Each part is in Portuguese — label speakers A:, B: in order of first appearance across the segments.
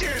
A: your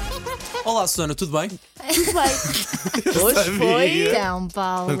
B: Olá, Susana, tudo bem?
C: Muito bem. Hoje foi.
D: Então, Paulo.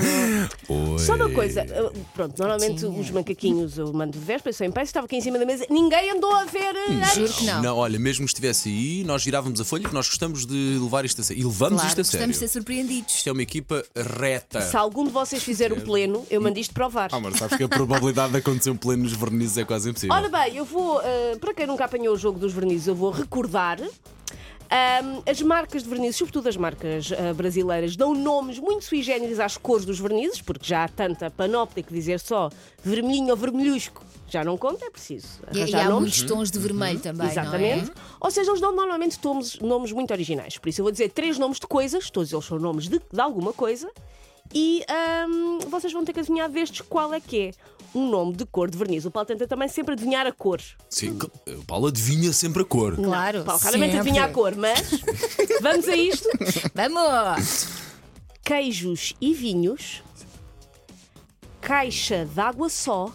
C: Só uma coisa. uh, Pronto, normalmente os macaquinhos eu mando de véspera, eu sou em paz, estava aqui em cima da mesa. Ninguém andou a ver. uh, antes.
D: Hum, Juro que não.
B: olha, mesmo que estivesse aí, nós girávamos a folha que nós gostamos de levar isto a sério. E levamos
D: Claro,
B: isto a sério.
D: gostamos de ser surpreendidos.
B: Isto é uma equipa reta.
C: Se algum de vocês fizer o pleno, eu mando isto para o VAR.
B: Ah, mas sabes que a probabilidade de acontecer um pleno nos vernizes é quase impossível.
C: Ora bem, eu vou, uh, para quem nunca apanhou o jogo dos vernizes, eu vou recordar. um, as marcas de vernizes, sobretudo as marcas uh, brasileiras, dão nomes muito sui generis às cores dos vernizes, porque já há tanta panóplia que dizer só vermelhinho ou vermelhusco já não conta, é preciso
D: E, e
C: arranjar
D: há
C: nomes. Uhum.
D: muitos tons de vermelho também, é?
C: Exatamente. Ou seja, eles dão normalmente tomes- nomes muito originais. Por isso, eu vou dizer três nomes de coisas, todos eles são nomes de, de alguma coisa, e hum, vocês vão ter que adivinhar destes qual é que é um nome de cor de verniz. O Paulo tenta também sempre adivinhar a cor.
B: Sim, cl- o Paulo adivinha sempre a cor.
D: não é? Claro.
C: O Paulo raramente
D: sempre.
C: adivinha a cor, mas vamos a isto:
D: Vamos!
C: queijos e vinhos, caixa d'água só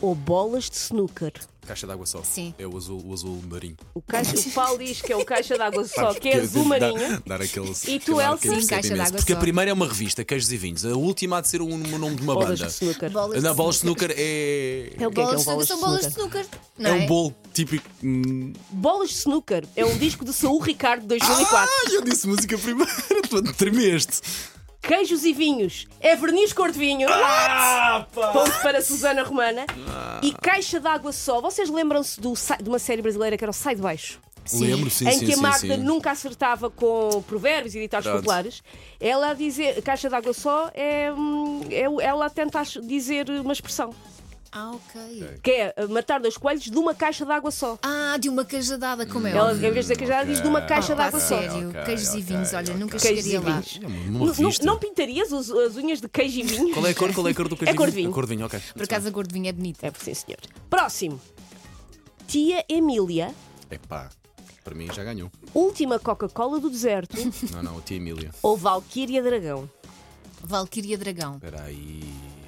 C: ou bolas de snooker.
B: Caixa d'água só.
D: Sim.
B: É o azul, o azul marinho.
C: O, caixa, o Paulo diz que é o caixa d'água só, que é azul marinho.
B: Dar, dar aquele,
C: E
B: aquele
C: tu, Elsa?
B: ar que a gente percebe
D: Sim, caixa
B: imenso.
D: d'água
B: Porque
D: só.
B: a primeira é uma revista, Queijos e Vinhos. A última há de ser um, um nome de uma
C: Bolas de
B: banda.
C: snooker.
D: Bolas
B: Na
D: de
B: bola de snooker é.
C: É o que é que é
D: Bolas de
C: um
D: snooker são bolas de snooker. não
B: É um bolo típico. hum,
C: Bolas de Snooker é um disco de Saúl Ricardo de 2004.
B: Ah, eu disse música primeiro, tu tremeste.
C: Queijos e vinhos é verniz cor de vinho.
B: Ah,
C: Ponto para Susana Romana. E caixa d'água só. Vocês lembram-se do sa- de uma série brasileira que era o Sai de Baixo?
B: Lembro, sim,
C: em
B: sim,
C: que a
B: sim,
C: Magda
B: sim.
C: nunca acertava com provérbios e ditados
B: Verdade.
C: populares. Ela a dizer caixa d'água só é, hum, é- ela tenta ach- dizer uma expressão
D: Ah, ok.
C: que é eh, matar dois coelhos de uma caixa d'água só.
D: Ah, de uma cajadada, como é?
C: Ela, em
D: óbvio.
C: vez de dizer caixa d'água, diz de uma caixa
D: Ah,
C: d'água
D: pá,
C: só.
D: sério,
B: Ok,
D: queijos
B: ok,
D: e vinhos, olha,
B: ok.
D: nunca
C: Queijos
D: chegaria
C: e
D: lá.
C: vinhos.
B: Uma
C: Não, não-
B: revista.
C: não pintarias os- as unhas de queijo e vinho?
B: Qual é a cor? Qual é a cor do
C: cor de vinho.
B: A cor de vinho, ok.
D: Por acaso a gordovinha é bonita.
C: É por sim, senhor. Próximo. Tia Emília,
B: Epá, para mim já ganhou.
C: última Coca-Cola do deserto
B: Não, não, a tia Emília.
C: ou Valquíria Dragão?
D: Valquíria Dragão.
B: Espera aí.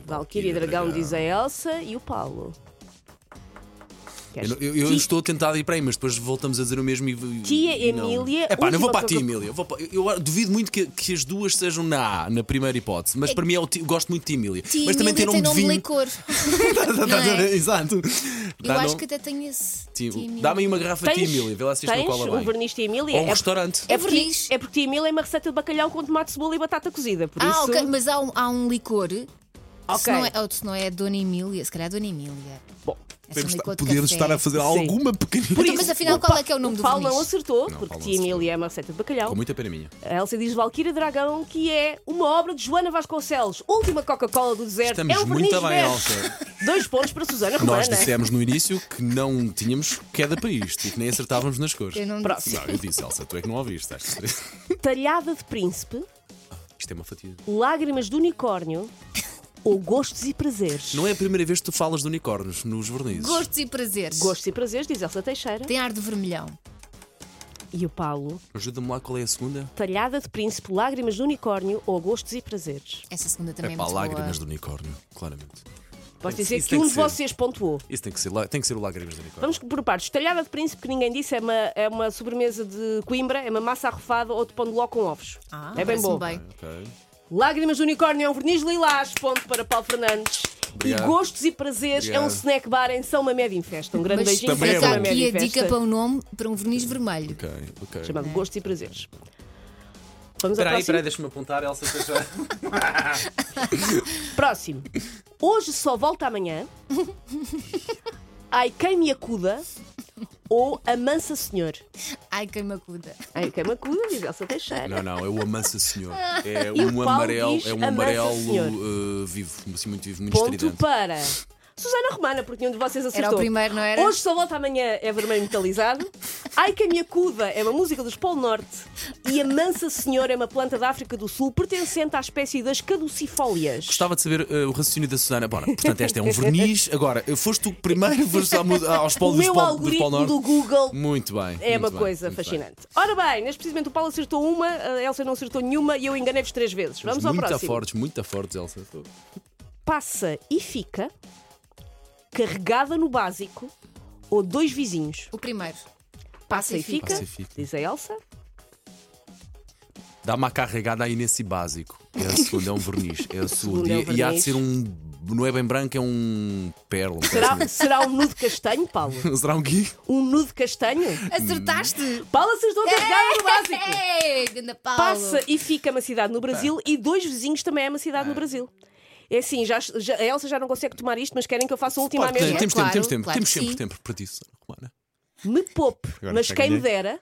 C: Valquíria Dragão, diz a Elsa e o Paulo.
B: Eu,
C: Queres-
B: não- eu- eu
C: Ti-
B: estou a tentar ir para aí, mas depois voltamos a dizer o mesmo e.
C: Tia
B: e não.
C: Emília,
B: Epá, não vou
C: última
B: para a tia
C: Coca-
B: Emília. Eu, vou para- eu- eu duvido muito que, que as duas sejam na A, na primeira hipótese. Mas para mim é o ti- eu gosto muito de tia Emília.
D: Tia
B: mas também
D: Emília
B: tem
D: tem
B: nome de vinho.
D: licor.
B: Tá, tá,
D: não é?
B: tá, Exato.
D: Eu
B: Dá
D: acho
B: nome-
D: que até tenho esse.
B: Tia-
D: Tia Emília.
B: Dá-me aí uma garrafa de tia
C: Tens-
B: Emília, vê lá se isto não
C: tens
B: cola
C: um
B: bem.
C: verniz Tia Emília?
B: Ou um
C: É-
B: restaurante.
C: É porque,
D: verniz.
C: é porque Tia Emília é uma receita de bacalhau com tomate, cebola e batata cozida. Por
D: Ah,
C: isso...
D: ok, mas há um, há um licor. Se
C: Ok.
D: não, é, ou se não é a Dona Emília, se calhar é a Dona Emília.
C: Bom,
D: É só um
B: Podemos estar-
D: licor de
B: podemos
D: café.
B: estar a fazer alguma pequenina.
D: Então, mas afinal,
C: o
D: qual
C: Pa-
D: é que é o nome do
C: Paulo não
D: verniz?
C: acertou,
B: Não,
C: porque
B: Paulo não
C: Tia Emília é uma receita de bacalhau.
B: Com muita pena minha.
C: A Elsa diz Valquíria Dragão, que é uma obra de Joana Vasconcelos, última Coca-Cola do deserto.
B: Estamos
C: é um
B: muito
C: verniz
B: bem,
C: verde.
B: Elsa.
C: Dois pontos para Susana
B: Nós
C: Romana.
B: dissemos no início que não tínhamos queda para isto e que nem acertávamos nas cores.
D: Eu não
C: Próximo.
B: Não, eu disse, Elsa, tu é que não ouviste. estás de ser-
C: Talhada de Príncipe,
B: Isto é uma fatia.
C: Lágrimas do Unicórnio ou Gostos e Prazeres.
B: Não é a primeira vez que tu falas de unicórnios nos vernizes.
D: Gostos e prazeres.
C: Gostos e Prazeres, diz Elsa Teixeira.
D: Tem ar de vermelhão.
C: E o Paulo,
B: Ajuda-me lá qual é a segunda.
C: Talhada de Príncipe, Lágrimas do Unicórnio ou Gostos e Prazeres.
D: Essa segunda
B: É
D: também é
B: pá,
D: muito
B: lágrimas
D: boa.
B: do unicórnio, claramente.
C: Posso
B: Isso-
C: dizer
B: isso
C: que
B: tem
C: um
B: que
C: de
B: ser.
C: vocês pontuou.
B: Isso tem que ser, lá- tem que ser o lágrimas do unicórnio.
C: Vamos por partes. Talhada de Príncipe, que ninguém disse, é uma, é uma sobremesa de Coimbra, é uma massa arrofada ou de pão de ló com ovos.
D: Ah,
C: é bem
D: parece-me
C: bom.
D: bem.
B: Ok.
C: Lágrimas do Unicórnio é um verniz lilás, ponto para Paulo Fernandes.
B: Obrigado.
C: E Gostos e Prazeres é um
B: Obrigado.
C: snack bar em São Mamed em Festa. Um grande
D: Mas
C: beijinho
B: também
C: para
B: é
C: São
B: bom.
D: fica
C: Mamed
D: aqui
C: em
D: a dica
C: Festa.
D: para um nome, para um verniz vermelho.
B: Ok, ok.
C: Chamado Gostos e Prazeres. Vamos ao
B: Espera aí,
C: próximo.
B: espera aí, deixa-me apontar, Elsa. Teixeira.
C: próximo. Hoje só volta amanhã. Ai, quem me acuda. Ou Amansa Senhor.
D: Ai, que macuda.
C: Ai, quem me acuda, diz Elsa Teixeira.
B: Não, não, é o Amansa Senhor. É
C: E o
B: um
C: Paulo
B: amarelo,
C: diz
B: é um
C: Amansa Senhor.
B: amarelo uh, vivo, assim, muito vivo, muito
C: Ponto
B: estridente.
C: para Susana Romana, porque nenhum de vocês acertou.
D: o primeiro, não era?
C: Hoje só volta amanhã é vermelho metalizado. Ai que a minha cuda é uma música dos Polo Norte. E a mansa senhora é uma planta da África do Sul pertencente à espécie das caducifólias.
B: Gostava de saber uh, o raciocínio da Susana. Bora, portanto, esta é um verniz. Agora, foste tu primeiro foste ao mu- ah, aos
C: O
B: polos dos
C: meu
B: Polo, dos Polo
C: algoritmo
B: Norte.
C: do Google
B: Muito bem.
C: é
B: muito
C: uma
B: bem,
C: coisa
B: muito bem.
C: fascinante. Ora bem, neste precisamente o Paulo acertou uma, a Elsa não acertou nenhuma e eu enganei-vos três vezes. Vamos ao
B: muito
C: próximo.
B: fortes, muito fortes, Elsa.
C: Passa e fica. carregada no básico ou dois vizinhos.
D: O primeiro.
C: Passa e fica,
B: Passa e fica.
C: diz a Elsa.
B: Dá uma carregada aí nesse básico. É o segundo, é um verniz. É o segundo.
C: segundo é um
B: E- E, há de
C: verniz.
B: ser um. Não é bem branco, é um perla.
C: Será, será um nude castanho, Paulo?
B: Será um gui?
C: Um nude castanho?
D: Acertaste!
C: Paulo acertou a carregada no básico.
D: Ei, ganda Paulo.
C: Passa e fica uma cidade no Brasil e dois vizinhos também é uma cidade no Brasil. É assim, já, já- a Elsa já não consegue tomar isto, mas querem que eu faça a última à
B: Pá, tem-
C: mesma.
B: temos
D: Claro,
B: tempo, temos tempo.
D: claro
B: temos
D: que
B: sempre
D: sim.
B: tempo para isso. Romana.
C: Me poupe,
B: Agora
C: mas
B: já
C: quem me
B: ganhei.
C: dera.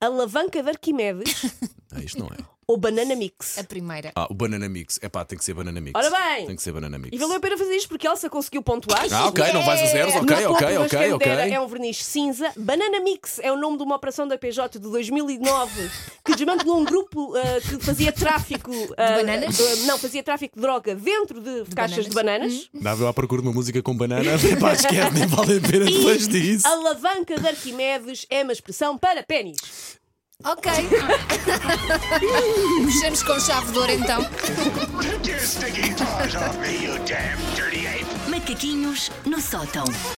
C: Alavanca de Arquimedes
B: Ah, isto não é.
C: ou Banana Mix.
D: A primeira.
B: Ah, o Banana Mix. É pá, tem que ser Banana Mix.
C: Ora bem.
B: Tem que ser Banana Mix.
C: E valeu a pena fazer isto porque a Elsa conseguiu pontuar. É,
B: Ah, ok, não vais a zeros.
C: No
B: Ok,
C: topo
B: ok,
C: da
B: ok, ok.
C: escandeira É um verniz cinza. Banana Mix é o nome de uma operação da PJ de 2009 que desmantelou um grupo ah, que fazia tráfico. ah,
D: bananas?
C: de- não, fazia tráfico de droga dentro de, caixas de bananas.
B: Dava à procura de uma música com banana. Epá, esquece, nem vale a pena depois disso.
C: Alavanca de Arquimedes é uma expressão para pênis.
D: Ok. Fechamos com chave de ouro então.
A: Take your stinking paws off me, you damn dirty ape!
E: Macaquinhos no sótão.